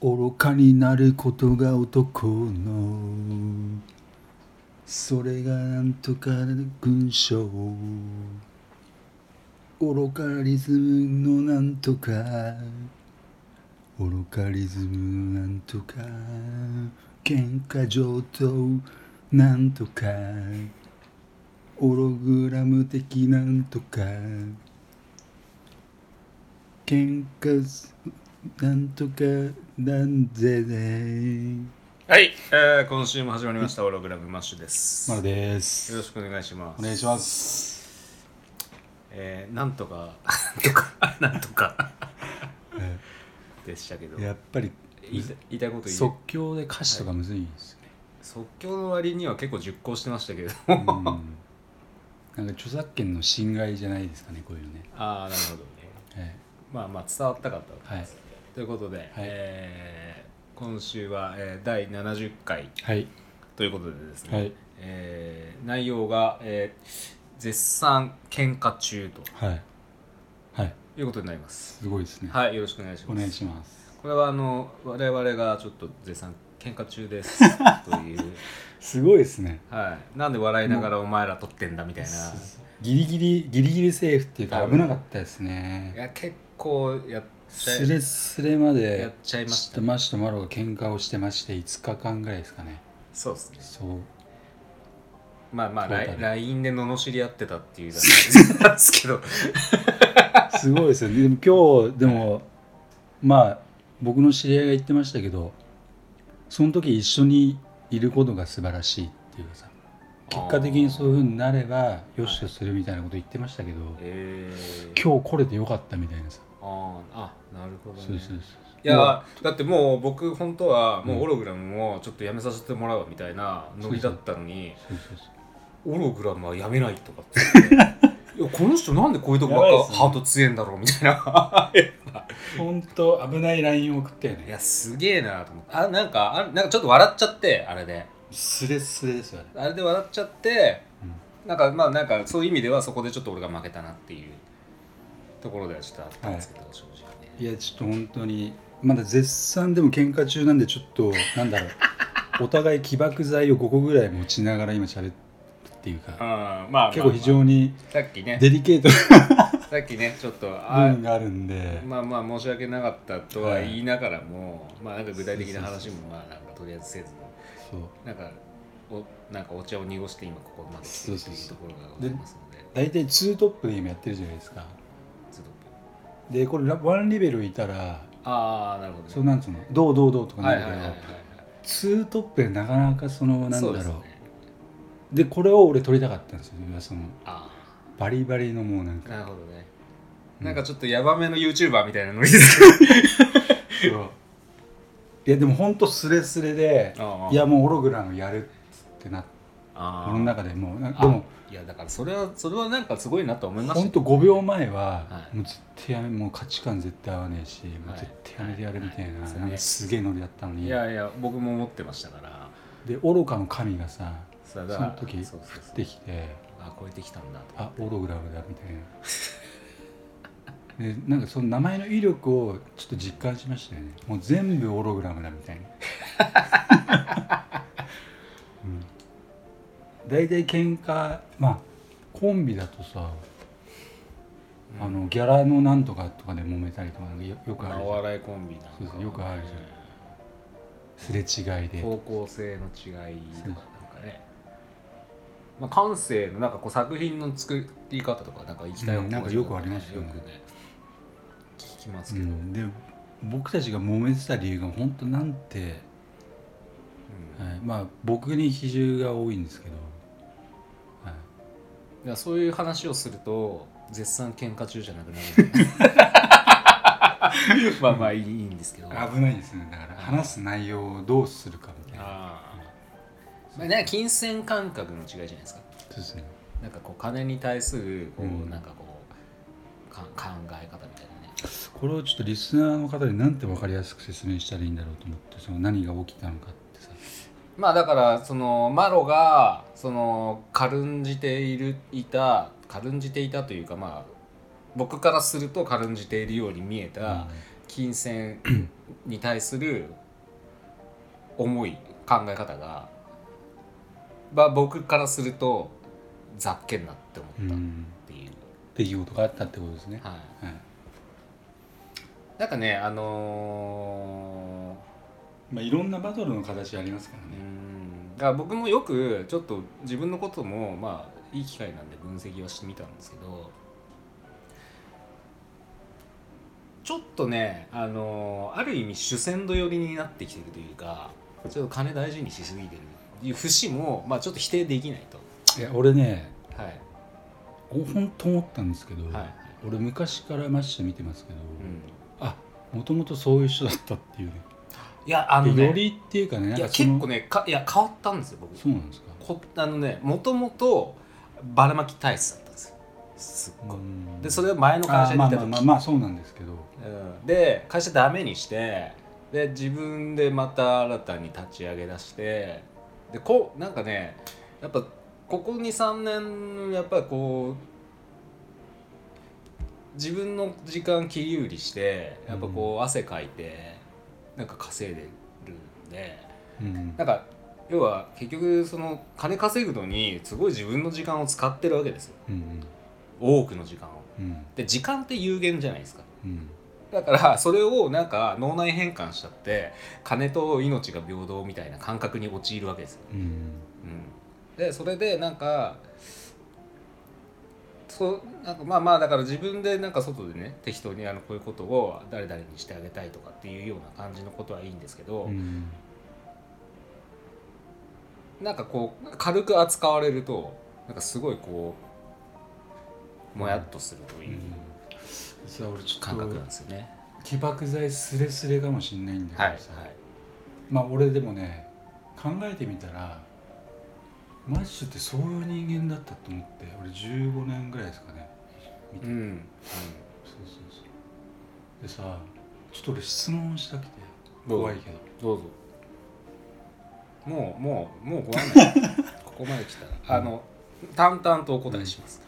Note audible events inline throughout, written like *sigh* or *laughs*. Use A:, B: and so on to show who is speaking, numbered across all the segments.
A: 愚かになることが男のそれがなんとか群青愚かリズムのなんとか愚かリズムのなんとか喧嘩上等なんとかオログラム的なんとか喧嘩すなんとかなんぜね
B: はい、えー、今週も始まりました、オログラムマッシュです。
A: ま
B: よ
A: るです
B: ろしくお願いします。
A: お願いします
B: えー、なんとか、なんとか、 *laughs* なんとか
A: え
B: でしたけど、
A: やっぱり
B: 言いた言いたいこと言
A: 即
B: う
A: 興で歌詞とかむずいんですよね、
B: 即興の割には結構熟考してまし
A: *laughs*
B: たけど、
A: うん、なんか著作権の侵害じゃないですかねこういうのね、
B: ああ、なるほどね。
A: え
B: まあまあ、伝わったかった
A: はい
B: です、ということで、えー今週は、えー、第70回
A: はい
B: ということでですね、
A: はい
B: えー内容が、えー絶賛喧嘩中
A: はいはい
B: ということになります。
A: すごいですね、
B: はい、よろしくお願いし
A: お
B: ます。
A: 願いします
B: これはあの我々がちょっと絶賛喧嘩
A: *laughs*
B: 中ですという、
A: すごいですね
B: はい、なんで笑いながらお前ら撮ってんだみたいな
A: ギリギリギリギリセーフっていうか
B: はい
A: 危なかったです
B: い
A: ね
B: や結構やっちゃ
A: すれすれま
B: いやっ
A: で
B: ちゃいま
A: ち
B: し
A: ょったとマシとマロが喧嘩をしてまして5日間ぐらいですかね
B: そうですね
A: そう
B: まあまあ
A: そうだね
B: ライ LINE で罵り合ってたっていうだけなんですけど *laughs*
A: すごいですよね。でも今日でもまあ僕の知り合いが言ってましたけど、その時一緒にいることが素晴らしいっていうかさ、結果的にそういう風になればよしとするみたいなこと言ってましたけど、
B: えー、
A: 今日来れてよかったみたいなさ。
B: あーあなるほどね
A: そうそうそう。
B: いやだってもう僕本当はもうオログラムもちょっとやめさせてもらうみたいなノリだったのに、
A: そうそうそ
B: オログラムはやめないとかって
A: *laughs*
B: 言って。いやこの人なんでこういうとこばっ
A: やばいっす
B: か
A: ね
B: ハート強えんだろうみたいな
A: う。本当危ないラインを送ったよ
B: い
A: ね。
B: やすげえなと思ってあなんかあなんかちょっと笑っちゃってあれで
A: スレスレですよね。
B: あれで笑っちゃってなんかまあなんかそういう意味ではそこでちょっと俺が負けたなっていうところではちょっとあったんですけど、正直
A: い
B: ね
A: やちょっと本当にまだ絶賛でも喧嘩中なんでちょっとなんだろうお互い起爆剤を5個ぐらい持ちながら今喋るっていうか
B: あーまあ
A: 結構非常
B: に
A: に
B: さっきね
A: デリケート
B: さっきねちょっと
A: な
B: あ
A: 部分があるんで
B: まあまあ申し訳なかったとは言いながらも、まあなんか具体的な話もまあなんかとりあえずせず
A: そう
B: なんかおなんかお茶を濁して今ここまで来てるというところがございますので、
A: 大体2トップで今やってるじゃないですか
B: ちょっと
A: でこれラワンレベルいたら
B: ああなるほど、ね。
A: そうなんつうのどうどうどうとか
B: は
A: ないる
B: はいはいはいはい
A: けど。2トップでなかなかそのなんだろ
B: そ
A: う
B: うで
A: です
B: ね。
A: これを俺取りたかったんですよ今その
B: あ
A: バリバリのもうなん
B: あ
A: か
B: なるほどね。
A: うん
B: なんかちょっとヤバめの YouTuber みたいなノリですけど。
A: そういやでもほんとスレスレで
B: *laughs* ああ
A: いやもうオログラムやるっつってなって
B: あ
A: 俺の中でもうな
B: あ
A: でも
B: いやだからそれはそれはなんかすごいなと思いました
A: ほ
B: け
A: ん
B: ど。
A: と5秒前
B: は
A: はいもう絶対やめもう価値観絶対合わねえしもう絶対やめてやるみたいな
B: はいはい
A: なんかすげえノリだったの
B: い
A: に
B: やいや僕も思ってましたから。
A: で愚かの神がさ
B: さあ
A: そ
B: だから
A: の時降
B: そうそうそう
A: ってきて
B: あ超えてきたんだと。
A: あオログラムだみたいなでなんかその名前の威力をちょっと実感しましたよねもう全部オログラムだみたいな、うん、大体喧嘩まあコンビだとさあのギャラのなんとかとかで揉めたりとかなんかよよくあ
B: まあ
A: るじ
B: お
A: ゃん
B: 笑いコンビなんかは
A: そ
B: ね
A: うそうよくあるじすれ違いで
B: 方向性の違いとかなんかね、まあ、感性のなんかこう作品の作り方とかなんか行きたい
A: うんなんかよくありますよ
B: よ
A: ね
B: くね聞きます
A: う
B: けど、うん
A: ん、で僕たちが揉めてた理由が本当なんて、はい、まあ僕に比重が多いんですけど、はい、
B: いやそういう話をすると絶賛喧嘩中じゃなくな
A: *laughs*
B: るまあまあいいいいんですけどあ
A: 危ないですねだから話す内容をどうするかみたいな
B: あーまあ、なんか金銭感覚の違いじゃないですか
A: そうですね
B: なんかこう金に対するこう、
A: うん
B: なんかこうか考え方みたいなね
A: これをちょっとリスナーの方になんて分かりやすく説明したらいいんだろうと思ってその何が起きたのかってさ
B: まあだからそのマロがその軽んじているいた軽んじていたというかまあ僕からすると軽んじているように見えた金銭に対する思い考え方が、まあ、僕からするとざっけんなって思
A: う
B: ったっ
A: ん、
B: ていう、
A: 出来事があったってことですね。
B: はい、
A: はい
B: なんかねあの
A: まあ、いろんなバトルの形ありますから
B: ーう
A: ね。
B: んだから僕もよくちょっと自分のこともまあいい機会なんで分析はしてみたんですけどちょっとね、あのーある意味主戦度寄りになってきてるというかちょっと金大事にしすぎてる節も、まあ、ちょっと否定できないと。
A: いや俺ね
B: はい
A: 本当思ったんですけど、
B: はいはい
A: 俺昔からマッシュ見てますけど、
B: うん
A: あもともとそういう人だったっていうね。
B: いやあの
A: でよ
B: ね
A: りっていうかねなん
B: い
A: か
B: や
A: その
B: 結構ねかいや変わったんですよ僕
A: そうなんですか。
B: こあのねもともとばらまき体質だったんですよすっごい、
A: うん
B: でそれを前の会社にい
A: あ
B: た
A: ーまあま
B: 時、
A: あまあまあそうなんですけど、
B: うん、で会社ダメにしてで自分でまた新たに立ち上げ出してでこうなんかねやっぱここ23年やっぱりこう自分の時間切り売りしてやっぱこう汗かいてなんか稼いでるんで。
A: うん
B: なんか要は結局その金稼ぐのにすごい自分の時間を使ってるわけですよ
A: うん
B: 多くの時間を
A: うん
B: で時間って有限じゃないですか
A: うん
B: だからそれをなんか脳内変換しちゃって金と命が平等みたいな感覚に陥るわけですよ、
A: うん
B: うん、でそれでなんかそうなんかまあまあだから自分でなんか外でね適当にあのこういうことを誰々にしてあげたいとかっていうような感じのことはいいんですけど、
A: うん
B: なんかこう軽く扱われるとなんかすごいこうもやっとするという
A: さあ俺ちょ
B: 感
A: っと
B: 覚なんですよね。
A: 起爆剤スレスレかもしんないんだ
B: は
A: け
B: いは
A: ど
B: い
A: さ、まあ俺でもね考えてみたらマッシュってそういう人間だったと思って俺15年ぐらいですかね見て
B: うんうん
A: そうそうそうでさちょっと俺質問したくて
B: どうぞ
A: 怖いけど
B: どうぞもうもうもうご案内
A: *laughs*
B: ここまで来たらあの淡々とお答えします。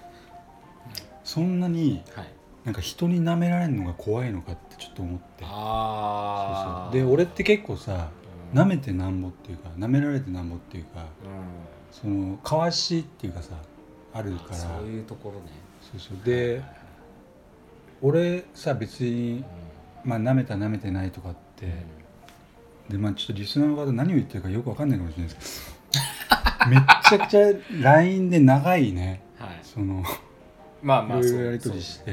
A: そんなに
B: はい、
A: なんか人に舐められるのが怖いのかってちょっと思って
B: ああ
A: そうそうで俺って結構さ
B: うん
A: 舐めてなんぼっていうか舐められてなんぼっていうかそのかわしっていうかさあ
B: う
A: る
B: ん、
A: から
B: そ
A: そうう
B: いうところね。
A: そう
B: はい
A: で
B: はいはい
A: 俺さ別に
B: うん
A: まあ舐めた舐めてないとかってでまあちょっとリスナーの方何を言ってるかよくわかんないかもしれないですけど *laughs* めっちゃくちゃ LINE で長いね
B: はい、
A: その
B: まあ
A: い
B: ま
A: ろ
B: あ
A: い
B: そう
A: ろやり取りし
B: そう
A: て、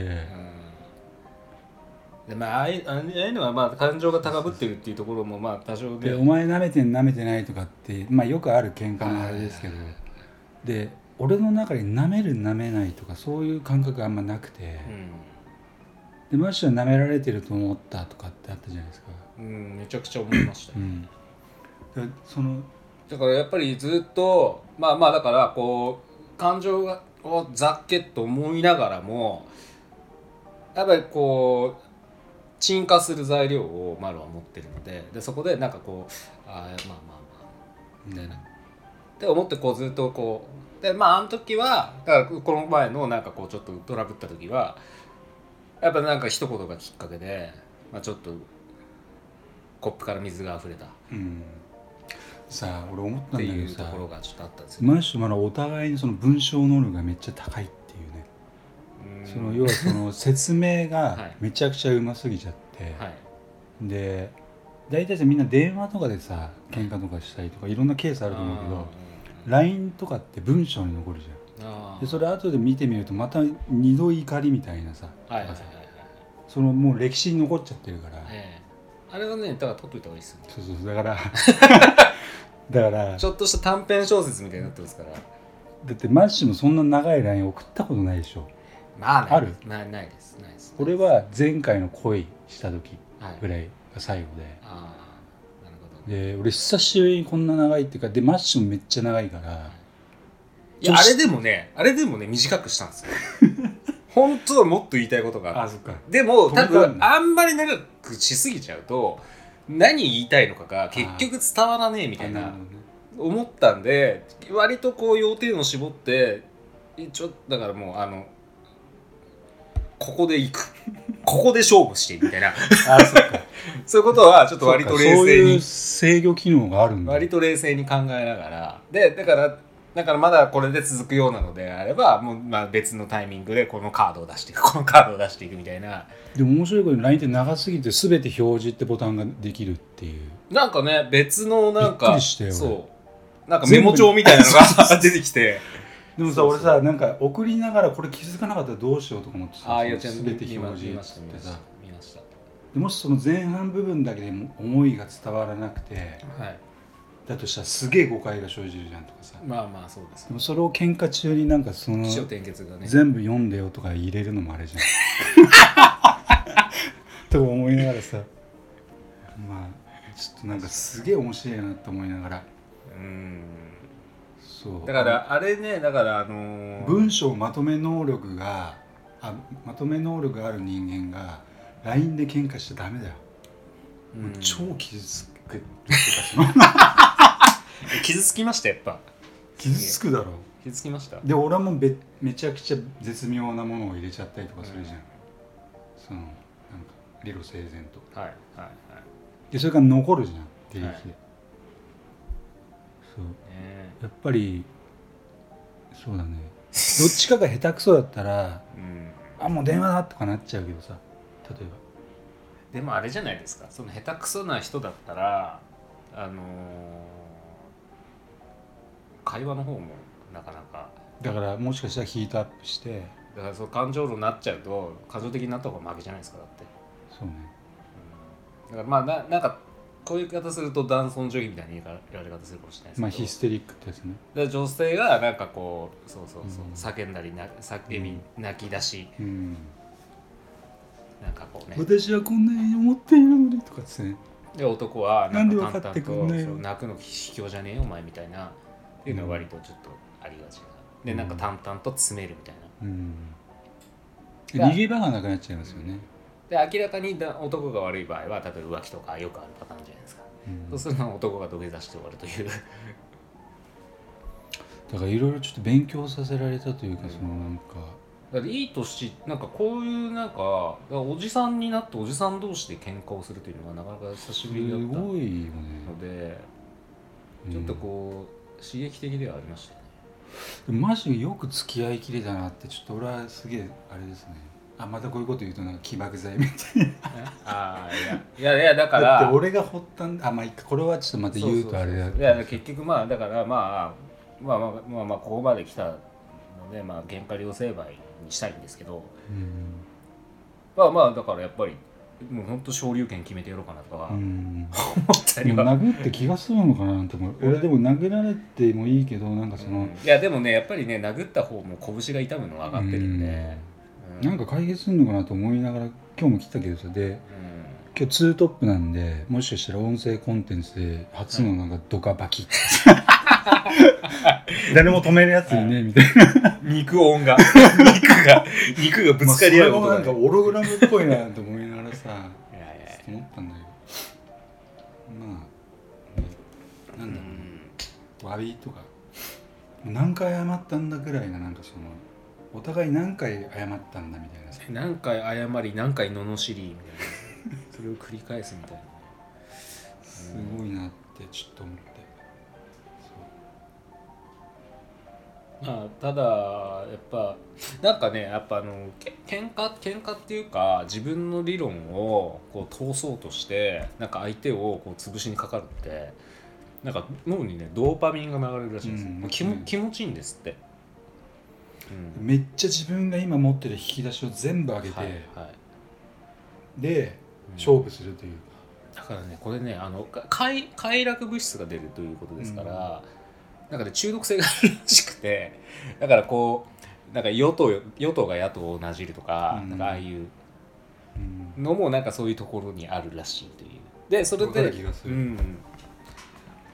B: うんでまあ、ああいうああいうのはまあ感情が高ぶってるっていうところもまあ多少で
A: でお前舐めてん舐めてないとかってまあよくある喧嘩のあれですけどで俺の中に舐める舐めないとかそういう感覚があんまなくて、でマッシュは舐められてると思ったとかってあったじゃないですか、
B: うん、うん、めちゃくちゃ思いまし
A: う
B: たよ
A: ん、だからその
B: だからやっぱりずっとまあまあだからこう感情がをざっけと思いながらもやっぱりこう沈下する材料をマルは持ってるのででそこでなんかこうあーまあまあまあ
A: みたいな
B: って思ってこうずっとこうでまああの時はだからこの前のなんかこうちょっとトラブった時はやっぱなんか一言がきっかけで、まあ、ちょっとコップから水が溢れたっ
A: うんさあ俺思ったん
B: て
A: だけ
B: い
A: ど
B: うと
A: さ
B: ころがちょっとあったんですよ、
A: マッシュまだお互いにその文章能力がめっちゃ高いっていうね、
B: うん
A: その要はその説明
B: *laughs* は
A: が
B: い
A: めちゃくちゃうますぎちゃって、
B: はい
A: で大体さみんな電話とかでさ喧嘩とかしたりとかいろんなケースあると思うけど、LINE とかって文章に残るじゃ
B: あー
A: んでそれ後で見てみるとまた二度怒りみたいなさ、
B: はいはいはいはい
A: そのもう歴史に残っちゃってるから、
B: ええあれはねだから取っといた方がいいですよね
A: そうそうそうだか
B: *laughs*
A: らだから
B: ちょっとした短編小説みたいになってますから
A: だってマッシュもそんな長い LINE 送ったことないでしょ
B: まあない
A: ある
B: ないないですないです
A: 俺は前回の恋した時
B: はい
A: ぐらいが最後
B: ああなるほど
A: でで俺久しぶりにこんな長いっていうかでマッシュもめっちゃ長いから
B: い
A: 女
B: やあ
A: 子
B: れでもねあれでもね短くしたん
A: *laughs*
B: ですよ本当はもっと言いたいことがある
A: そっか
B: でも
A: 止めた
B: 多
A: んだ
B: 分あんまり長くしすぎちゃうと何言いたいのかが結局伝わらねえみたい
A: なる
B: な
A: ほどね
B: 思ったんで割とこう要点を絞ってちょっとだからもうあの
A: *laughs*
B: ここで行くここで勝負してみたいな
A: あそっか
B: そういうことはちょっと割と冷
A: そう
B: 静
A: い
B: に
A: う制御機能があるんだ
B: 割と冷静に考えながらでだからだからまだこれで続くようなのであればもう、まあ、別のタイミングでこのカードを出していくこのカードを出していくみたいな
A: でも面白いことに LINE って長すぎて全て表示ってボタンができるっていう
B: なんかね別のな
A: び
B: ん
A: っく
B: か
A: りしたよ
B: そうなんかメモ帳みたいなのが *laughs* 出てきて
A: でもさ
B: そうそう
A: 俺さなんか送りながらこれ気づかなかったらどうしようとか思ってさ
B: ああいやちゃんと
A: 全
B: 見
A: て
B: 見ま
A: 表
B: 見まし
A: 示
B: た
A: っ
B: 見
A: て
B: まし
A: さ
B: た見ました
A: でもしその前半部分だけでも思いが伝わらなくて
B: はい
A: だとしたらすげえ誤解が生じるじゃんとかさ
B: まあまあそうです
A: でもそれを喧嘩中になんかその
B: 起承転結がね
A: 全部読んでよとか入れるのもあれじゃ
B: *laughs*
A: んとか思いながらさまあちょっとなんかすげえ面白いなと思いながら
B: うん
A: そう
B: だからあれねだからあのー
A: 文章まとめ能力があまとめ能力がある人間が LINE で喧嘩しちゃダメだよ、
B: うん
A: もう超傷つく
B: *laughs* 傷つきましたやっぱ
A: 傷つくだろ
B: 傷つきました
A: で俺はもうべめちゃくちゃ絶妙なものを入れちゃったりとかするじゃん、
B: うん
A: そのなんか理路整然と
B: はいはいは
A: でそれから残るじゃん定期で、
B: はい
A: そう
B: いね
A: やっぱりそう *laughs* だねどっちかが下手くそだったら
B: うん
A: あもう電話だとかなっちゃうけどさ例えば
B: でもあれじゃないですかその下手くそな人だったらあのー会話の方もなかなか
A: だからもしかしたらヒートアップして
B: だからそう感情論になっちゃうと感情的になった方が負けじゃないですかだって、
A: そうね
B: うん、だからまあななんかこういう言い方すると男尊女卑みたいな言い方言われ方するかもしれないですけど、
A: まあヒステリックってやつね、
B: で女性がなんかこうそうそうそう、
A: うん
B: 叫んだりな叫び泣き出し、
A: うん、
B: なんかこうね
A: 私はこんなに思っているのにとかですね
B: で男はなんか淡々
A: なんで分かってくんないの
B: とそう泣くの卑怯じゃねえよお前みたいなっていうのは割とちょっとありがちな、でなんか淡々と詰めるみたいな
A: うん
B: だ
A: 逃げ場がなくなっちゃいますよね、
B: で明らかにだ男が悪い場合は例えば浮気とかよくあるパターンじゃないですか、
A: うん
B: そうすると男が土下座して終わるという
A: だからいろいろちょっと勉強させられたというか、
B: うん
A: そのなんか
B: だっていい年なんかこういうなんかだからおじさんになっておじさん同士で喧嘩をするというのがなかなか久
A: す
B: しぶりだったの
A: ごいよね、
B: で、
A: うん
B: ちょっとこう刺激的ではありましたよね
A: でもマジでよく付き合いきれたなってちょっと俺はすげえあれですねあまたこういうこと言うとなんか起爆剤みたい
B: ああいやいやいやだか
A: な
B: ら
A: だって俺が発端あまあいいかこれはちょっとまた言うとあれだ
B: そうそうそういや結局まあだからまあまあまあまあ、まあ、ここまで来たのでまあ原価両成敗にしたいんですけど
A: うん
B: まあまあだからやっぱりもう本当昇竜拳決めてやろうかなとか
A: う
B: 思
A: ん
B: ったり
A: でも
B: は、
A: 殴って気がするのかなと思う俺でも殴られてもいいけどなんかその、
B: うんいやでもねやっぱりね殴った方も拳が痛むのは分かってるんで、う
A: なんか解決するのかなと思いながら今日も来たけどさで
B: うん
A: 今日ツートップなんでもしかしたら音声コンテンツで初のなんかドカバキ
B: *laughs*
A: 誰も止めるやつにねみたいな
B: 肉音 *laughs* が肉が肉がぶつかり合う
A: まあ
B: 音
A: そ
B: が
A: れもなんかオログラムっぽいなと思いながらさ
B: いやいやい
A: 思
B: や
A: ったんだけどまあなんだろうね詫びとか何回謝ったんだぐらいななんかそのお互い何回謝ったんだみたいなさ
B: うん何回謝り何回罵りみたいなそれを繰り返すみたいな
A: すごいなってちょっと思って
B: まあ、ただやっぱなんかねやっぱあのけ喧嘩喧嘩っていうか自分の理論をこう通そうとしてなんか相手をこう潰しにかかるってなんか脳にねドーパミンが流れるらしいんですよ、
A: うん
B: まあ気も気持ちいいんですって、うん
A: めっちゃ自分が今持ってる引き出しを全部上げて、
B: はいはい
A: で
B: うん
A: 勝負するという、
B: だからねこれねあのか快快楽物質が出るということですから、なんかね中毒性があるらしくてだからこうなんか与党与党が野党をなじるとか,、
A: うん
B: なんかああいう
A: うん
B: のもなんかそういうところにあるらしいというでそれ
A: わか
B: で
A: る気がする
B: うん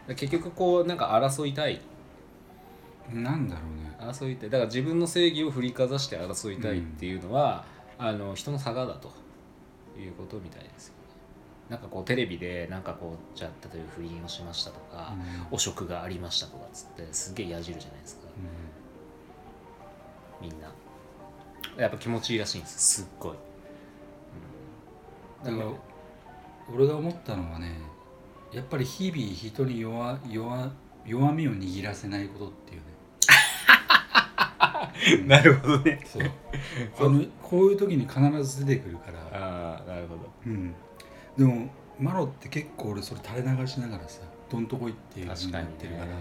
B: うん、結局こうなんか争いたい
A: なんだろうね
B: 争いたいだから自分の正義を振りかざして争いたいっていうのは、あの人の差がだということみたいですよねなんかこうテレビでなんかこうじゃあ例えば不倫をしましたとか、汚職がありましたとかっつってすげえやじるじゃないですか
A: うん
B: みんなやっぱ気持ちいいらしいんですすっごい、うん、
A: だから俺が思ったのはねやっぱり日々人に弱弱弱みを握らせないことっていうねうん
B: *laughs* なるほどね
A: そう *laughs* あのこういう時に必ず出てくるから、
B: ああなるほど
A: うん、でもマロって結構俺それ垂れ流しながらさどんとこいっていう風
B: 確
A: に
B: か
A: なっ
B: に
A: てる
B: ね
A: から
B: うん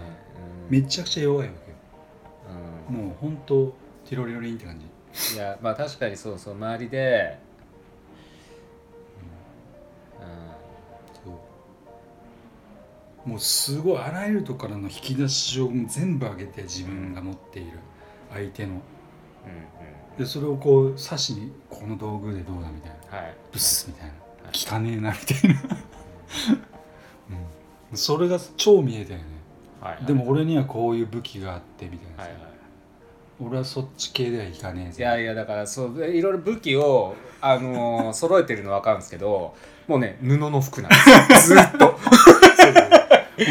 A: めちゃくちゃ弱いわけよ
B: うん
A: もうほんとティロリロリンって感じ
B: いやまあ確かにそうそう周りで、うん
A: そうもうすごいあらゆるとこからの引き出しを全部上げて自分が持っている相手の
B: うん
A: でそれをこう刺しにこの道具でどうだみたいな
B: うん、はい
A: ブスみたいな
B: はい
A: 効かねえなみたいな、 *laughs* うん、それが超見えたよね
B: はい
A: でも俺にはこういう武器があってみたいな
B: は
A: さ、
B: いはい
A: 俺はそっち系ではいかねえ
B: いやいやだからそうでいろいろ武器を、
A: *laughs*
B: あのー揃えてるの分かるんですけどもうね布の服な
A: *laughs*
B: んですよずっと
A: もう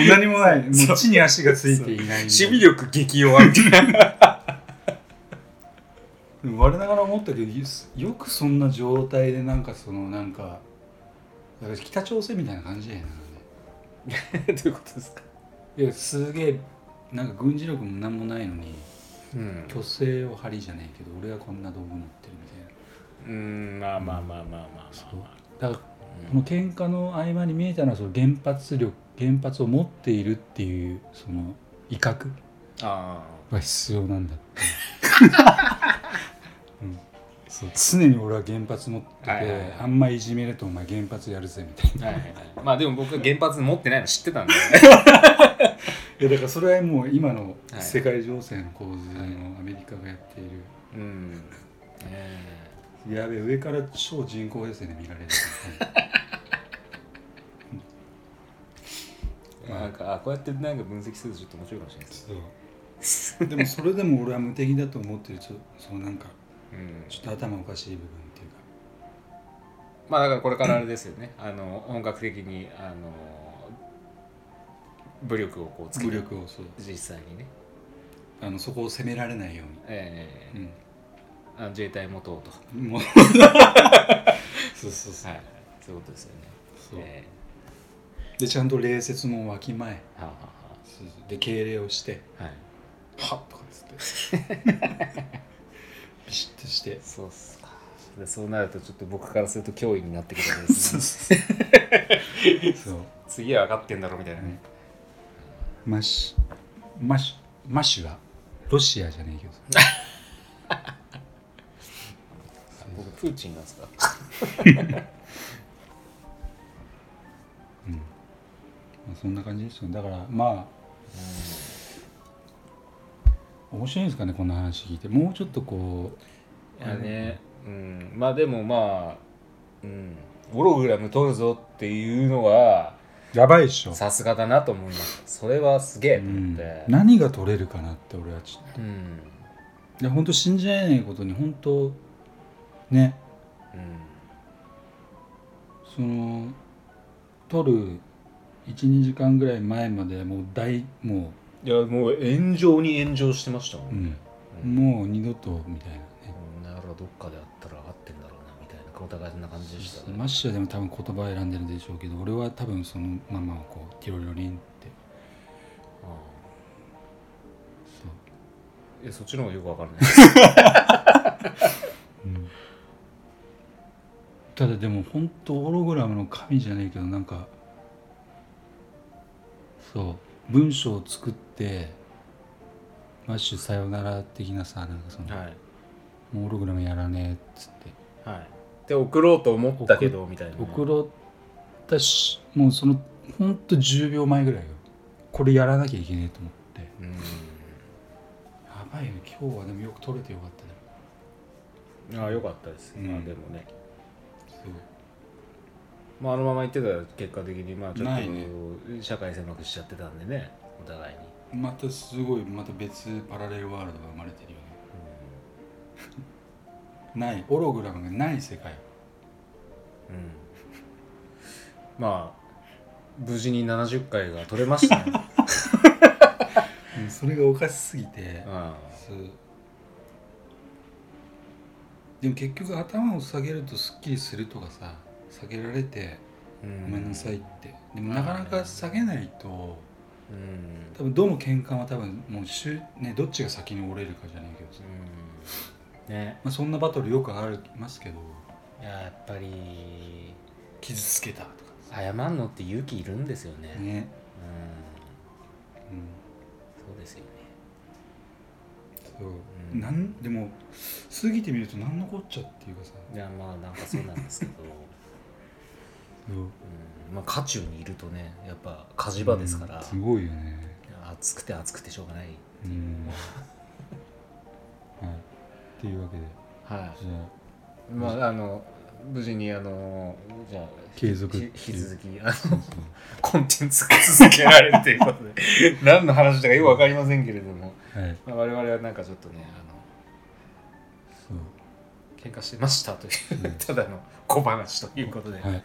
A: 何も
B: *laughs*
A: ないもう地に足がついていない
B: 守備力激弱みたいな
A: でも我ながら思ったけどよよくそんな状態でなんかそのなんかだから北朝鮮みたいな感じやな、
B: どういうことですか、
A: いやすげえなんか軍事力も何もないのに
B: うん、
A: 虚勢を張りじゃないけど俺はこんな道具持ってるみたいな
B: うんまあまあまあまあまあまあ
A: そう
B: ま
A: だから
B: あ、
A: この喧嘩の合間に見えたのはその原発力原発を持っているっていうその威嚇
B: あ
A: が必要なんだって、 *laughs* うん、そう常に俺は原発持ってて、
B: はいはいはい
A: あんまいじめるとお前原発やるぜみたいな *laughs*
B: あはいはいはいまあでも僕は原発持ってないの知ってたんで
A: いやだからそれはもう今の世界情勢の構図のアメリカがやっている、
B: うんねえ
A: やべえ上から超人工衛星で見られる、はい
B: なんかあこうやってなんか分析するとちょっと面白いかもしれないですね、
A: そうでもそれでも俺は無敵だと思ってるちょそのなんか
B: うん、
A: ちょっと頭おかしい部分っていうか
B: まあだからこれからあれですよねあの本格的にあの武力をこうつけ
A: 武
B: る
A: 力をそう
B: 実際にね、
A: あのそこを攻められないよ
B: え
A: うに、
B: ー、あの自衛隊持とうと、
A: うん、 *laughs* もうそうそうそう,、
B: はい、そういうことですよね。
A: そう
B: え
A: でちゃんと礼節もわきまえ
B: ーはあは
A: そうそうで敬礼をして
B: あはあはい、
A: 「はっ」とかっつ
B: *laughs*
A: ってビシッとして
B: そうっすかでそうなるとちょっと僕からすると脅威になってくるわ *laughs* けですね
A: そう
B: 次は分かってんだろうみたいなね、
A: マシマシマシュはロシアじゃねえけど
B: 僕プーチンなんですか
A: まあそんな感じですよだからまあ面白いですかねこんな話聞いてもうちょっとこ
B: いやね、うん、まあでもまあ、うん、ホログラム取るぞっていうのは
A: うやばいっしょ、
B: さすがだなと思いましたそれはすげえ
A: う
B: と思っ
A: ん
B: て、
A: 何が取れるかなって俺はちょっ
B: うん
A: といや本当信じられないことに本当ねそ
B: うん
A: の取る12時間ぐらい前までもう大も
B: いやもう炎上に炎上してましたも
A: う、うん
B: ね
A: ん、もう二度とみたいなね
B: うんなるほどどっかであったら合ってんだろうなみたいなお互いそんな感じでしたね
A: マッシュはでも多分言葉を選んでるでしょうけど俺は多分そのままをこうティロリロリンってそう
B: うんいやそっちの方がよくわかんない
A: ただでも本当ホログラムの神じゃないけどなんかそう文章を作ってマッシュさよなら的なさなんかその、
B: はい
A: もうホログラムやらねえっつって
B: はいで送ろうと思ったけどみたいなね、
A: 送ろったしもうそのほんと10秒前ぐらいよこれやらなきゃいけねえと思ってや
B: うん
A: ばいよ今日はでもよく撮れてよかったね
B: ああよかったです、
A: うん
B: まあでもねまあ、あのまま行ってたら結果的にまあちょ
A: ないね
B: っと社会狭くしちゃってたんでねお互いに、
A: またすごいまた別パラレルワールドが生まれてるよねないオログラムがない世界
B: うん *laughs* まあ無事に70回が取れま
A: *laughs*
B: したね、
A: それがおかしすぎて
B: うん
A: そうでも結局頭を下げるとすっきりするとかさ下げられて
B: うん
A: ごめんなさいってでもなかなか下げないと
B: うんうん
A: 多分どうも喧嘩は多分もうしゅ、ね、どっちが先に折れるかじゃないけどさ、
B: ね
A: まあ、そんなバトルよくありますけど
B: いややっぱり
A: 傷つけたとか
B: 謝んのって勇気いるんですよね
A: さね、
B: うん
A: うん、
B: そうですよね
A: そう、
B: うん
A: なんでも過ぎてみると何のこっちゃっていうかさ
B: いやまあなんかそうなんで
A: *laughs*
B: すけど、うんまあ、渦中にいるとねやっぱ火事場ですから、
A: うんすごいよね
B: 暑くて暑くてしょうがない
A: うんはいっていうわけで
B: は
A: じゃあ
B: いまああの無事にあのじゃあ
A: 継続
B: ひ引き続きあ
A: そう
B: の
A: そう
B: コンテンツが続けられるとい
A: *laughs*
B: うことで何の話だかよくわかりませんけれども、
A: はい
B: まあ、我々はなんかちょっとねあの
A: そう
B: 喧嘩してましたという
A: うん
B: ただの小話ということで、
A: はい
B: はい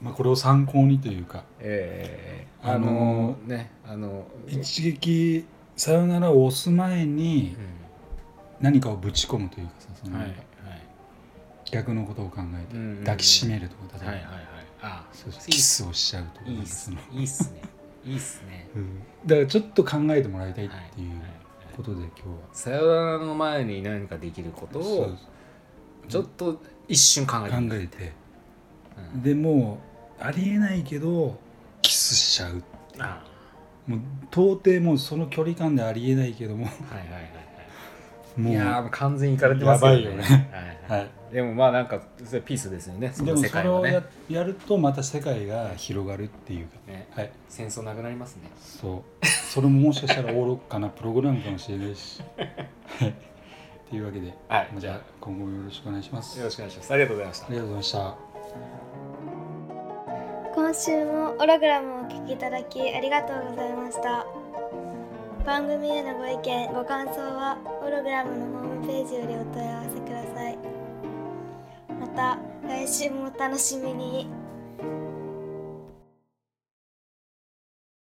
A: まあこれを参考にというか
B: ええ
A: あの
B: あのねあの
A: 一撃さよならを押す前に
B: う
A: 何かをぶち込むというかさそ
B: ん
A: の
B: はいはい
A: 逆のことを考えて
B: うんうん
A: 抱きしめるとか
B: はい
A: 例えば
B: はいはいあ
A: そうそう
B: いいっす
A: キスをしちゃうとか
B: いい
A: なん
B: っ
A: か
B: す
A: そ
B: ね
A: の
B: いいっすねいいっすね
A: うんだからちょっと考えてもらいたいっ
B: は
A: ていうことで今日は
B: さよならの前に何かできること
A: そ
B: を
A: う
B: ちょっと一瞬考えて
A: 考
B: みる
A: えて
B: うん
A: でもうありえないけどキスしちゃう
B: あ
A: もう到底もうその距離感でありえないけども
B: はいはいはいはい
A: もう
B: いやーもう完全にいかれてます
A: やばいよ
B: はい
A: はい
B: でもまあなんかそれピースですよねそ
A: で
B: の
A: も
B: 世
A: そ
B: 界
A: れ
B: は
A: を
B: ね
A: ややるとまた世界が広がるっていうか
B: ね
A: はい
B: 戦争なくなりますね
A: そうそれももしかしたら愚かなプログラムかもしれないしはいっていうわけで
B: はい
A: じ
B: じ
A: ゃあ
B: ゃ
A: 今後もよろしくお願いします
B: あよろしくお願いしますありがとうございました
A: ありがとうございました
C: 今週もオログラムをお聴きいただきありがとうございました番組へのご意見ご感想はオログラムのホームページよりお問い合わせくださいまた来週もお楽しみに